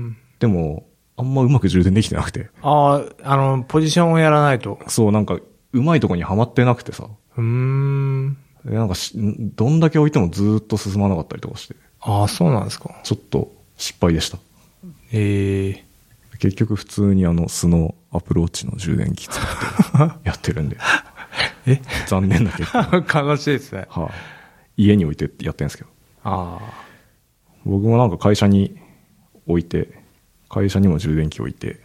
Speaker 1: ん。
Speaker 2: でも、あんまうまく充電できてなくて。
Speaker 1: あー、あの、ポジションをやらないと。
Speaker 2: そう、なんか、うまいとこにはまってなくてさ。
Speaker 1: うーん。
Speaker 2: でなんかし、どんだけ置いてもずーっと進まなかったりとかして、
Speaker 1: あー、そうなんですか。
Speaker 2: ちょっと失敗でした。
Speaker 1: ええ
Speaker 2: 結局普通にあの、素のアプローチの充電器使ってやってるんで。
Speaker 1: え
Speaker 2: 残念だ けど。はい、
Speaker 1: 悲しいですね。
Speaker 2: 家に置いてやってるんですけど。
Speaker 1: あ
Speaker 2: 僕もなんか会社に置いて、会社にも充電器置いて。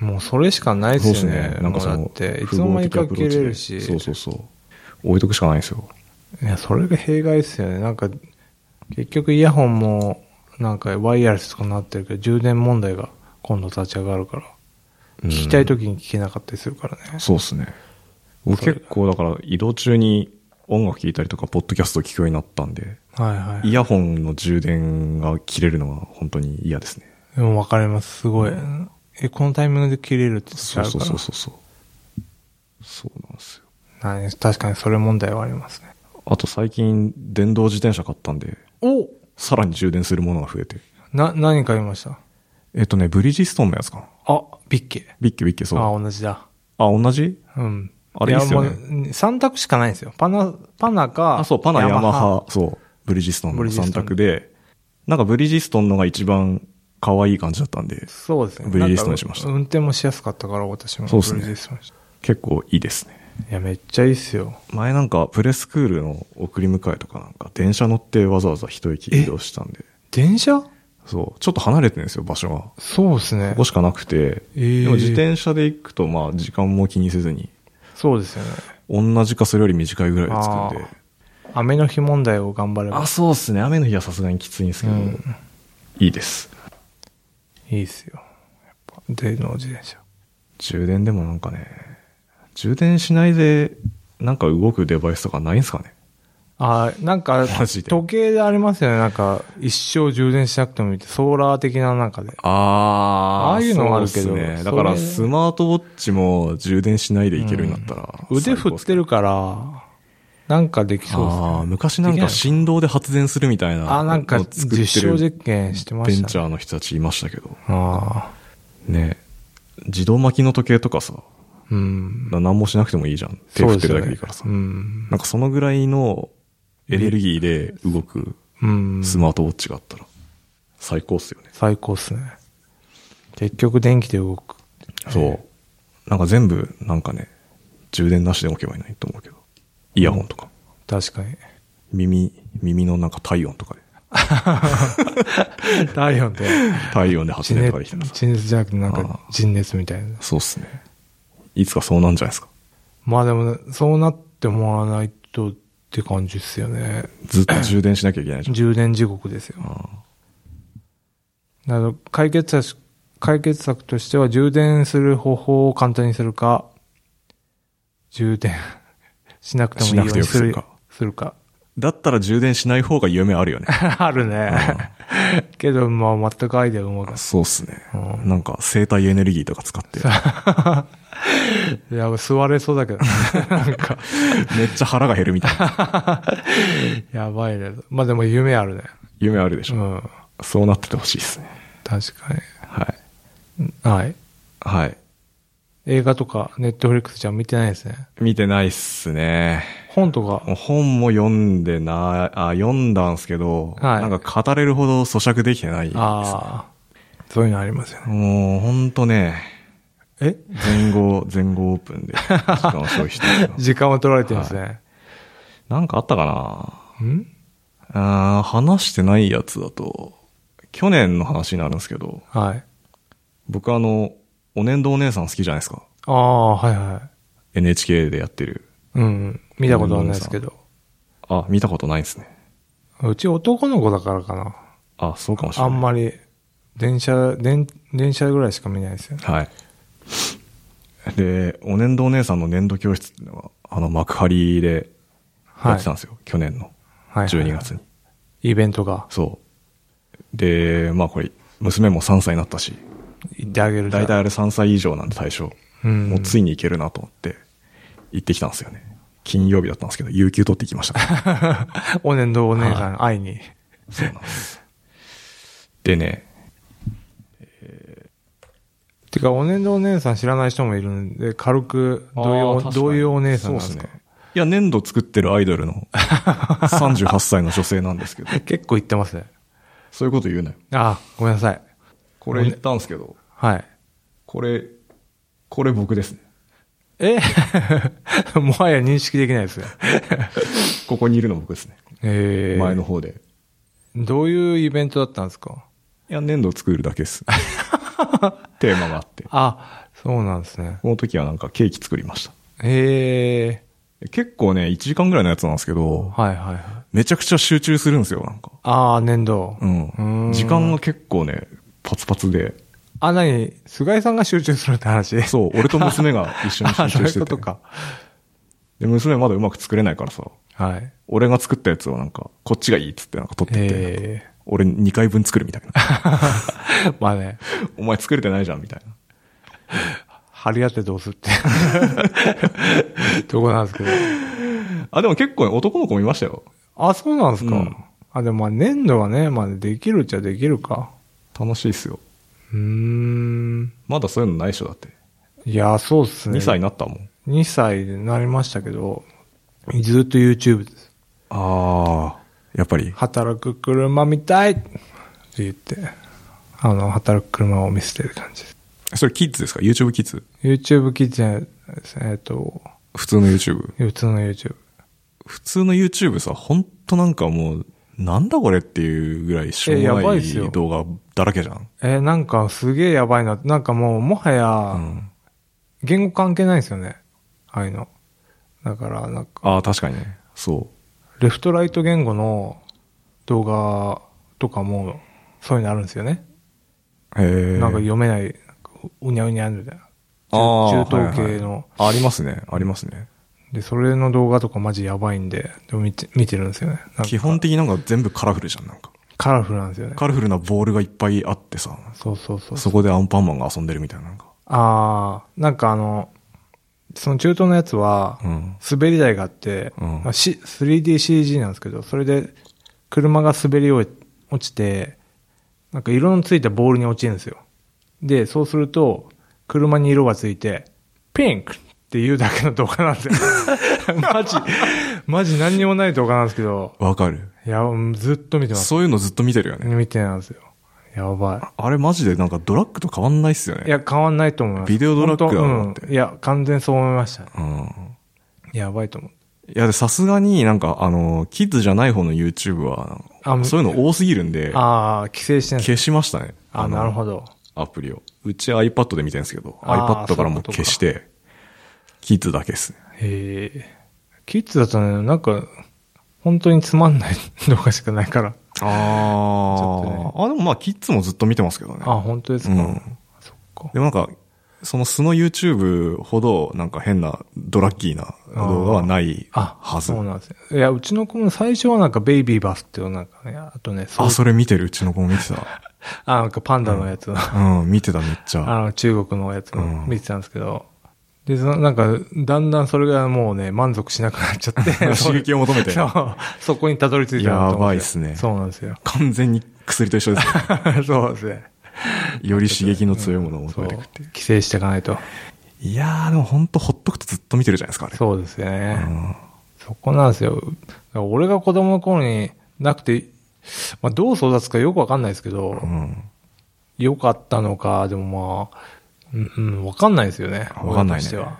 Speaker 1: あ。もうそれしかないですよね。
Speaker 2: なんかそ
Speaker 1: もう
Speaker 2: の、
Speaker 1: だって、いつ
Speaker 2: 複
Speaker 1: の
Speaker 2: 合
Speaker 1: 間に
Speaker 2: 的ア
Speaker 1: か
Speaker 2: プ
Speaker 1: 切
Speaker 2: ローチ
Speaker 1: れ
Speaker 2: で
Speaker 1: るし。
Speaker 2: そうそうそう。置いとくしかないんですよ。
Speaker 1: いや、それが弊害ですよね。なんか、結局イヤホンも、なんかワイヤレスとかになってるけど、充電問題が今度立ち上がるから。
Speaker 2: うん
Speaker 1: 聞きたい時に聞けなかったりするからね。
Speaker 2: そうですね。僕結構だから移動中に音楽聴いたりとか、ポッドキャスト聞くようになったんで、
Speaker 1: はいはい。
Speaker 2: イヤホンの充電が切れるのが本当に嫌ですね。
Speaker 1: でも分かります。すごい。え、このタイミングで切れるって時
Speaker 2: そ
Speaker 1: あ
Speaker 2: う
Speaker 1: るか
Speaker 2: そう
Speaker 1: ら。
Speaker 2: そうそうそう。そうなんですよ。
Speaker 1: はい確かにそれ問題はありますね。
Speaker 2: あと最近電動自転車買ったんで、
Speaker 1: お
Speaker 2: さらに充電するものが増えて。
Speaker 1: な、何買いました
Speaker 2: えっとね、ブリヂストンのやつかな。
Speaker 1: あ、ビッケ。
Speaker 2: ビッケビッケそう。あ
Speaker 1: あ、同じだ。
Speaker 2: 同じ
Speaker 1: うん。
Speaker 2: あれいいっすよね
Speaker 1: やもう3択しかないんですよ。パナ、パナか。
Speaker 2: あ、そう、パナ、ヤマハ、そう、ブリヂストンの
Speaker 1: ブリヂス
Speaker 2: 3
Speaker 1: トン
Speaker 2: 択で、なんかブリヂストンのが一番可愛い感じだったんで、
Speaker 1: そうですね。
Speaker 2: ブリヂストンにしました
Speaker 1: なんか運転もしやすかったから、私も。
Speaker 2: そうっすね
Speaker 1: ブリヂストンにした
Speaker 2: 結構いいですね。
Speaker 1: いや、めっちゃいいっすよ。
Speaker 2: 前なんかプレスクールの送り迎えとかなんか電車乗ってわざわざ一駅移動したんで、
Speaker 1: 電車
Speaker 2: そう、ちょっと離れてるんですよ、場所が。
Speaker 1: そうですね
Speaker 2: ここ。しかなくて、
Speaker 1: えー
Speaker 2: でも自転車で行くとまあ時間も気にせずに、
Speaker 1: そうですよね。
Speaker 2: 同じかそれより短いぐらいで着くんで。
Speaker 1: 雨の日問題を頑張れば。
Speaker 2: そうですね。雨の日はさすがにきついんです
Speaker 1: けど
Speaker 2: いいです。
Speaker 1: いいっすよ。やっぱ、電動自転車。
Speaker 2: 充電でもなんかね、充電しないで、なんか動くデバイスとかないんすかね
Speaker 1: あーなんか、
Speaker 2: マジ
Speaker 1: 時
Speaker 2: で
Speaker 1: 計でありますよね。なんか、一生充電しなくてもいいって、ソーラー的ななんかで。
Speaker 2: あ
Speaker 1: ああいうのはあるけど
Speaker 2: そうっすね、だ
Speaker 1: それ
Speaker 2: からスマートウォッチも充電しないでいけるようになったら。
Speaker 1: 腕振ってるから、なんかでき
Speaker 2: 最
Speaker 1: そうで
Speaker 2: 高っ
Speaker 1: すす
Speaker 2: ね。ああ、
Speaker 1: ね。
Speaker 2: 昔なん
Speaker 1: できない
Speaker 2: か
Speaker 1: の
Speaker 2: 振動で発電するみたいな。
Speaker 1: あー、なんか、
Speaker 2: 作ってる
Speaker 1: 実証実験してま
Speaker 2: ベ
Speaker 1: し
Speaker 2: ン
Speaker 1: た
Speaker 2: チ
Speaker 1: ね。
Speaker 2: ャーの人たちいましたけど。
Speaker 1: あ
Speaker 2: ね自動巻きの時計とかさ、
Speaker 1: あ、うん。
Speaker 2: 何もしなくてもいいじゃん。手振ってるだけでいいからさ。
Speaker 1: そうですよねうん。
Speaker 2: なんかそのぐらいのエネルギーで動く
Speaker 1: うん。
Speaker 2: スマートウォッチがあったら最高っすよね。
Speaker 1: 最高っすね。結局電気で動く。
Speaker 2: そう。なんか全部なんかね、充電なしでも置けばいないと思うけど。イヤホンとか。
Speaker 1: 確かに。
Speaker 2: 耳、耳のなんか体温とかで。
Speaker 1: 体温で。
Speaker 2: 体温で発
Speaker 1: 地
Speaker 2: 電と
Speaker 1: 熱
Speaker 2: かできたらさ。
Speaker 1: 地熱じゃなくて、なん
Speaker 2: あ
Speaker 1: か、人熱みたいな。
Speaker 2: そうっすね。いつかそうなんじゃないですか。
Speaker 1: まあでも、そうなってもらわないとって感じっすよね。
Speaker 2: ずっと充電しなきゃいけないじゃん。
Speaker 1: 充電地獄ですよ。
Speaker 2: あ
Speaker 1: なので解決策、解決策としては充電する方法を簡単にするか、充電 しなくてもいいようにする
Speaker 2: しなくてよくするか
Speaker 1: するか。
Speaker 2: だったら充電しない方が夢あるよね。
Speaker 1: あるね。けど、まあ全くアイデアがうまくない
Speaker 2: そうっすね。
Speaker 1: う
Speaker 2: なんか生体エネルギーとか使って。
Speaker 1: いや、座れそうだ けど、ね、なんか、
Speaker 2: めっちゃ腹が減るみ たいな。
Speaker 1: やばいね。まあでも夢あるね。
Speaker 2: 夢あるでし
Speaker 1: う
Speaker 2: ょ。
Speaker 1: ん。
Speaker 2: そうなっててほしいですね。
Speaker 1: 確か
Speaker 2: はい。
Speaker 1: に。はい。
Speaker 2: はい。
Speaker 1: 映画とか、ネットフリックスじゃ見てないですね。
Speaker 2: 見てないっすね。
Speaker 1: 本とか、
Speaker 2: 本も読んでな、あ、読んだんすけど、
Speaker 1: はい
Speaker 2: なんか語れるほど咀嚼できてないです。
Speaker 1: ああ、そういうのありますよね。
Speaker 2: もう、ほんとね、
Speaker 1: え
Speaker 2: 前後、 前後オープンで、時間を消費してる よ
Speaker 1: 時間を取られてるんですね。
Speaker 2: なんかあったか
Speaker 1: ん
Speaker 2: なあー話してないやつだと、去年の話になるんですけど、
Speaker 1: はい。
Speaker 2: 僕あの、お年度お姉さん好きじゃないですか。
Speaker 1: ああ、はいはい。
Speaker 2: NHK でやってる。
Speaker 1: うんうん。見たことはないですけど。
Speaker 2: あ、見たことないんですね。
Speaker 1: うち男の子だからかな。
Speaker 2: あ、そうかもしれ
Speaker 1: あ
Speaker 2: ない。
Speaker 1: んまり、電車、電、電車ぐらいしか見ないですよね。
Speaker 2: はい。で、お年度お姉さんの年度教室っていうのが、あの、幕張でや
Speaker 1: は
Speaker 2: っ
Speaker 1: い。
Speaker 2: てたんですよ。去年の
Speaker 1: はい
Speaker 2: 12月に。
Speaker 1: イベントが、
Speaker 2: そう。で、まあこれ、娘も3歳になったし、
Speaker 1: 行ってあげるじゃん
Speaker 2: 大体あれ3歳以上なんで対象。
Speaker 1: うん
Speaker 2: もうついに行けるなと思って、行ってきたんですよね。金曜日だったんですけど、有給取ってきました。
Speaker 1: お年度お姉さん、会いに。
Speaker 2: そうなんです。でね、
Speaker 1: てか、お年度お姉さん知らない人もいるんで、軽く、どういうお、どういうお姉さんなんですか
Speaker 2: そうっねいや、粘土作ってるアイド ルの38歳の女性なんですけど、
Speaker 1: 結構言ってますね。
Speaker 2: そういうこと言うなよ。
Speaker 1: あごめんなさい。
Speaker 2: これ言ったんですけど、
Speaker 1: はい。
Speaker 2: これ、これ僕ですね。
Speaker 1: え もはや認識できないで すね。
Speaker 2: ここにいるの僕ですね。
Speaker 1: えー
Speaker 2: 前の方で。
Speaker 1: どういうイベントだったんですか
Speaker 2: いや、粘土作るだ けです。テーマがあって。
Speaker 1: あ、そうなんですね。
Speaker 2: この時はなんかケーキ作りました。
Speaker 1: え
Speaker 2: 結構ね、1時間ぐらいのやつなんですけ
Speaker 1: ー、
Speaker 2: ど、
Speaker 1: はいはいはい。
Speaker 2: めちゃくちゃ集中するんですよ、なんか。
Speaker 1: ああ、粘土。
Speaker 2: うん。
Speaker 1: ーん
Speaker 2: 時間が結構ね、パツパツで。
Speaker 1: あ、なに、菅井さんが集中するって話う、
Speaker 2: そう、俺と娘が一緒に 集
Speaker 1: あ
Speaker 2: 中して
Speaker 1: そう
Speaker 2: て。
Speaker 1: いうことか。
Speaker 2: で、娘まだうまく作れないからさ、
Speaker 1: はい。
Speaker 2: 俺が作ったやつをなんか、こっちがいいっつってなんか取ってって、
Speaker 1: え
Speaker 2: 俺2回分作るみたい な。
Speaker 1: ー、まあね、
Speaker 2: お前作れてないじゃんみたいな。
Speaker 1: 張り合ってどうするって。とこなんですけど。
Speaker 2: あ、でも結構ね男の子もいましたよ。
Speaker 1: あ、そうなんですか。
Speaker 2: うん
Speaker 1: あ、でもまあ粘土はね、まあできるっちゃできるか。
Speaker 2: 楽しいっすよ。
Speaker 1: うーん。
Speaker 2: まだそういうのないっしょ、だって。
Speaker 1: いや、そうっすね。
Speaker 2: 2歳になったもん。
Speaker 1: 2歳になりましたけど、ずっと YouTube です。
Speaker 2: ああ、やっぱり。
Speaker 1: 働く車見たいって言って、あの、働く車を見せてる感じです。
Speaker 2: それキッズですか ?YouTube キッズ
Speaker 1: YouTube キッチンですね、えっと、
Speaker 2: 普通の YouTube。
Speaker 1: 普通の YouTube。
Speaker 2: 普通の YouTube さ、ほんとなんかもう、なんだこれっていうぐらいしょう
Speaker 1: えや
Speaker 2: もな
Speaker 1: ばいっすよ
Speaker 2: い動画だらけじゃん。
Speaker 1: えーなんかすげえやばいな。なんかもう、もはや
Speaker 2: う、ん。
Speaker 1: 言語関係ないですよね。ああいうの。だから、なんか、
Speaker 2: ああ、確かにね。そう。
Speaker 1: レフトライト言語の動画とかも、そういうのあるんですよね。
Speaker 2: へえ。
Speaker 1: なんか読めない、なんかうにゃうにゃみたいな。
Speaker 2: あー
Speaker 1: 中東系の、
Speaker 2: はいはいありますね、ありますね。
Speaker 1: で、それの動画とかマジやばいんで、でも見て見てるんですよね。なんか
Speaker 2: 基本的になんか全部カラフルじゃん、なんか。
Speaker 1: カラフルなんですよね。
Speaker 2: カラフルなボールがいっぱいあってさ、
Speaker 1: そうそうそう。
Speaker 2: そこでアンパンマンが遊んでるみたいな、なんか。
Speaker 1: ああ、なんかあの、その中東のやつは
Speaker 2: う、ん。
Speaker 1: 滑り台があって、
Speaker 2: うん
Speaker 1: あし 3DCG なんですけど、それで車が滑り落ちて、なんか色のついたボールに落ちるんですよ。で、そうすると、車に色がついて、ピンクっていうだけの動画なん ですよ。マジ、マジ何にもない動画なんですけど、
Speaker 2: わかる。
Speaker 1: いや、うんずっと見てます。
Speaker 2: そういうのずっと見てるよね。
Speaker 1: 見てなんですよ。やば
Speaker 2: あれマジでなんかドラッグと変わんないっすよ
Speaker 1: い。い
Speaker 2: ね。
Speaker 1: や、変わんないと思います。
Speaker 2: ビデオドラッグだなっ
Speaker 1: 本
Speaker 2: て
Speaker 1: 当うん。いや、完全そう思いました。
Speaker 2: うん。
Speaker 1: やばいと思う。
Speaker 2: いや、でさすがになんかあの、キッズじゃない方の YouTube は、
Speaker 1: あむ
Speaker 2: そういうの多すぎるんで、
Speaker 1: ああ、規制してんです
Speaker 2: 消しましたね。
Speaker 1: あ、
Speaker 2: の
Speaker 1: なるほど。
Speaker 2: アプリを。うち iPad で見てるんですけど、
Speaker 1: あー
Speaker 2: iPad からもう
Speaker 1: そういうことか
Speaker 2: 消して、キッズだけっすね。
Speaker 1: へえ。キッズだとね、なんか、本当につまんない動画しかない から。
Speaker 2: あ
Speaker 1: ちょっとね
Speaker 2: あ、あ、でもまあ、キッズもずっと見てますけどね。
Speaker 1: あ、本当ですか。
Speaker 2: うん
Speaker 1: そっか。
Speaker 2: でもなんか、その素の YouTube ほど、なんか変な、ドラッキーな動画はない
Speaker 1: あ、
Speaker 2: はず。
Speaker 1: そう
Speaker 2: あ
Speaker 1: なんですね。いや、うちの子も最初はなんかベイビーバスっていうなんかね、あとね、そう
Speaker 2: それ見てる、うちの子も見て た。
Speaker 1: あ、なんかパンダのやつの、
Speaker 2: うん、見てた、めっちゃ。
Speaker 1: あの中国のやつの
Speaker 2: うん
Speaker 1: 見てたんですけど、で、そのなんか、だんだんそれがもうね、満足しなくなっちゃって、
Speaker 2: 刺激を求めて。
Speaker 1: そうそこにたどり着いたなと思って
Speaker 2: やばいっすね。
Speaker 1: そうなんですよ
Speaker 2: 完全に薬と一緒ですね。
Speaker 1: そうですね。
Speaker 2: より刺激の強いものを求
Speaker 1: そう
Speaker 2: めていくっていう。
Speaker 1: 規制していかないと。
Speaker 2: いやー、でもほんとほっとくとずっと見てるじゃないですか、あれ。
Speaker 1: そうですよね。
Speaker 2: うん
Speaker 1: そこなんですよ。だから俺が子供の頃になくて、まあ、どう育つかよくわかんないですけど、
Speaker 2: うん。
Speaker 1: 良かったのか、でもまあ、うん、うん、わかんないですよね。
Speaker 2: わかんな
Speaker 1: 親と
Speaker 2: いね
Speaker 1: しては。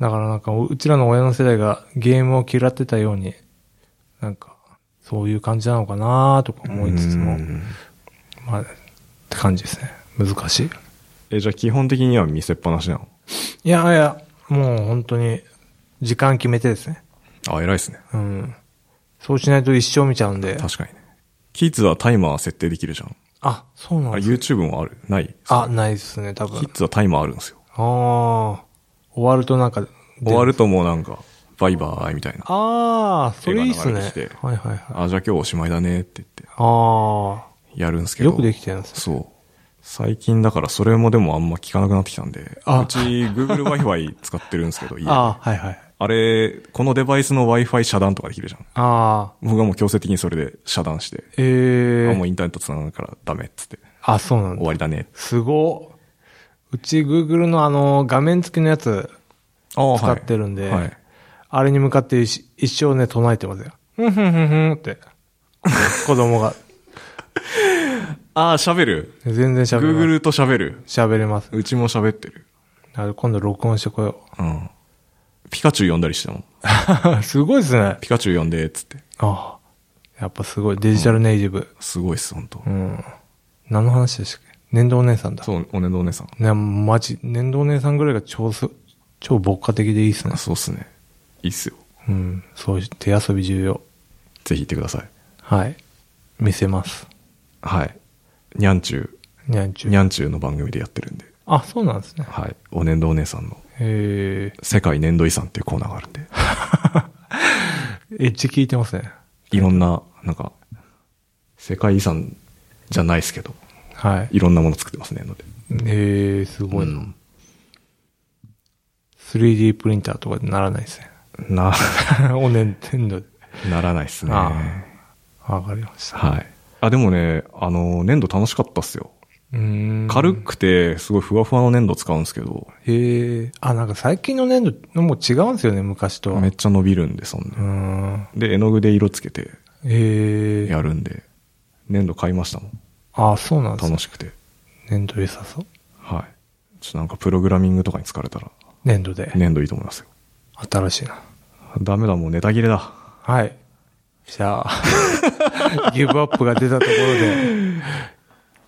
Speaker 1: だからなんか、うちらの親の世代がゲームを嫌ってたように、なんか、そういう感じなのかなとか思いつつも、
Speaker 2: うん
Speaker 1: まあ、って感じですね。難しい。
Speaker 2: え、じゃあ基本的には見せっぱなしなの
Speaker 1: いやいや、もう本当に、時間決めてですね。
Speaker 2: あ、偉いですね。
Speaker 1: うん。そうしないと一生見ちゃうんで。
Speaker 2: 確かにね。キッズはタイマー設定できるじゃん。
Speaker 1: あ、そうなん
Speaker 2: あ
Speaker 1: で
Speaker 2: れ
Speaker 1: すか
Speaker 2: YouTube もあるない
Speaker 1: あ、ないですね、多
Speaker 2: キ
Speaker 1: 分
Speaker 2: ッ。ズはタイマーあるんですよ。
Speaker 1: ああ、終わるとなんか、
Speaker 2: 終わるともうなんか、バイバーイみたいな。
Speaker 1: ああ、それいいっすね
Speaker 2: 映画流れてきて。
Speaker 1: はいはいはい。あ
Speaker 2: あ、じゃあ今日おしまいだねって言って、
Speaker 1: あ
Speaker 2: やるんですけ
Speaker 1: ー、
Speaker 2: ど。
Speaker 1: よくできてるんですね。
Speaker 2: そう。最近だからそれもでもあんま聞かなくなってきたんで、
Speaker 1: あ
Speaker 2: うち Google Wi-Fi 使ってるんです けど、家あ
Speaker 1: ああ、はいはい。
Speaker 2: れ、このデバイスの Wi-Fi 遮断とかできるじゃん。
Speaker 1: ああ、
Speaker 2: 僕はもう強制的にそれで遮断して、
Speaker 1: え
Speaker 2: あ、
Speaker 1: え
Speaker 2: もう
Speaker 1: ー。
Speaker 2: インターネット繋がないからダメっつって、
Speaker 1: あ、そうなん
Speaker 2: 終
Speaker 1: だ。
Speaker 2: わりだね。
Speaker 1: すごっ。うち Google のあの、画面付きのやつ
Speaker 2: あ
Speaker 1: 使ってるんで、
Speaker 2: はい。はい
Speaker 1: あれに向かって一一生ね、唱えてますよ。ふんふんふんふんっ て。子供が。
Speaker 2: ああ、喋る。
Speaker 1: 全然喋れます。
Speaker 2: Google と喋る。
Speaker 1: 喋れます。
Speaker 2: うちも喋ってる。
Speaker 1: あれ今度録音してこよ
Speaker 2: うん。ピカチュウ呼んだりしてたもん。
Speaker 1: う。 すごいですね。
Speaker 2: ピカチュウ呼んで、っつって。
Speaker 1: ああ。やっぱすごい。デジタルネイティブ。
Speaker 2: すごいっす、ほんと
Speaker 1: う。ん。何の話でしたっけ年度お姉さんだ。
Speaker 2: そう、おねのお姉さん。
Speaker 1: ね、マジ、年度お姉さんぐらいが超す、超牧歌的でいいっすね
Speaker 2: あ。そうっすね。いいっすよ。
Speaker 1: うん。そうし、手遊び重要。
Speaker 2: ぜひ行ってください。
Speaker 1: はい。見せます。
Speaker 2: はい。にゃんちゅう。
Speaker 1: にゃんちゅ
Speaker 2: に
Speaker 1: う。
Speaker 2: ゃんちゅうの番組でやってるんで。
Speaker 1: あ、そうなんですね。
Speaker 2: はい。おねんどお姉さんの
Speaker 1: へ
Speaker 2: 世界年度遺産っていうコーナーがあるんで。
Speaker 1: え。エッジ聞いてますね。
Speaker 2: いろんな、なんか、世界遺産じゃないですけど、
Speaker 1: はい。
Speaker 2: いろんなもの作ってますね、ので。
Speaker 1: えー、すごいな。
Speaker 2: うん
Speaker 1: 3D プリンターとかでならないですね。
Speaker 2: な、
Speaker 1: おねんてんどで。
Speaker 2: ならないっすね。
Speaker 1: あ
Speaker 2: は
Speaker 1: あわかりました。
Speaker 2: い。あ、でもね、あの、粘土楽しかったっすよ。
Speaker 1: うーん。
Speaker 2: 軽くて、すごいふわふわの粘土使うんですけど、
Speaker 1: へえ。あ、なんか最近の粘土、もう違うんですよね、昔とは。
Speaker 2: めっ
Speaker 1: う
Speaker 2: ちゃ伸びるんで、そん
Speaker 1: ー
Speaker 2: で。
Speaker 1: ん。
Speaker 2: で、絵の具で色つけて
Speaker 1: へえ。
Speaker 2: やるんで、粘土買いましたもん。
Speaker 1: あ、そうなんですね
Speaker 2: 楽。しくて。
Speaker 1: 粘土良さそう。
Speaker 2: はい。ちょっとなんかプログラミングとかに疲れたら、
Speaker 1: 粘土で。
Speaker 2: 粘土いいと思いますよ。
Speaker 1: 新しいな。
Speaker 2: ダメだ、もうネタ切れだ。
Speaker 1: はい。じゃあ、 ギブアップが出たところで、今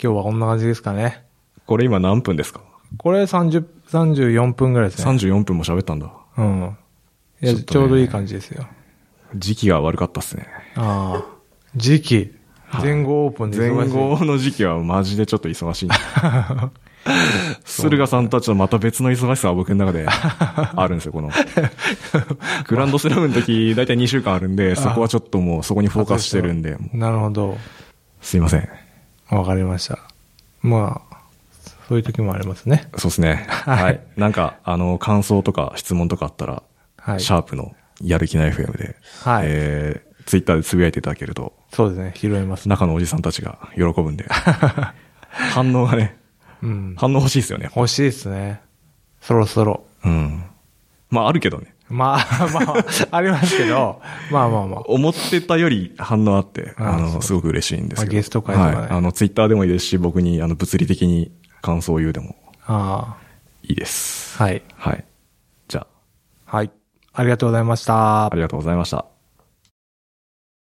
Speaker 1: 日はこんな感じですかね。
Speaker 2: これ今何分ですか
Speaker 1: これ30、34分ぐらいですね。
Speaker 2: ?34 分も喋ったんだ。
Speaker 1: うん。いや、
Speaker 2: ちょっとね
Speaker 1: ちょうどいい感じですよ。
Speaker 2: 時期が悪かったっすね。
Speaker 1: ああ。時期。全豪オープンで
Speaker 2: 前
Speaker 1: 忙しい。
Speaker 2: 後の時期はマジでちょっと忙 しいんで。駿河さんとはちょっとまた別の忙しさは僕の 中であるんですよ、この。グランドスラムの時、だいたい2週間あるんで、そこはちょっともうそこにフォーカスしてるんで、もう
Speaker 1: なるほど。
Speaker 2: すいません。
Speaker 1: わかりました。まあ、そういう時もありますね。
Speaker 2: そうですね。はい。なんか、あの、感想とか質問とかあったら、
Speaker 1: はい。
Speaker 2: シャープのやる気ない FM で、
Speaker 1: はい
Speaker 2: えー、ツイッターでつぶやいていただけると、
Speaker 1: そうですね。拾えます。
Speaker 2: 中のおじさんたちが喜ぶん で、反応がね、
Speaker 1: うん。
Speaker 2: 反応欲しいですよね。
Speaker 1: 欲しいですね。そろそろ。
Speaker 2: うん。まあ、あるけどね。
Speaker 1: まあ まあ、ありますけど、まあまあまあ。
Speaker 2: 思ってたより反応あって、
Speaker 1: あ
Speaker 2: あ
Speaker 1: そ
Speaker 2: の、
Speaker 1: う
Speaker 2: すごく嬉しいんですけ
Speaker 1: まあ
Speaker 2: ど。
Speaker 1: ゲスト会とかね
Speaker 2: はい。あの、ツイッターでもいいですし、僕に、あの、物理的に感想を言うでも
Speaker 1: あ
Speaker 2: いいです。
Speaker 1: あ、はい。
Speaker 2: はい。じゃあ、
Speaker 1: はい。ありがとうございました
Speaker 2: あ。りがとうございました。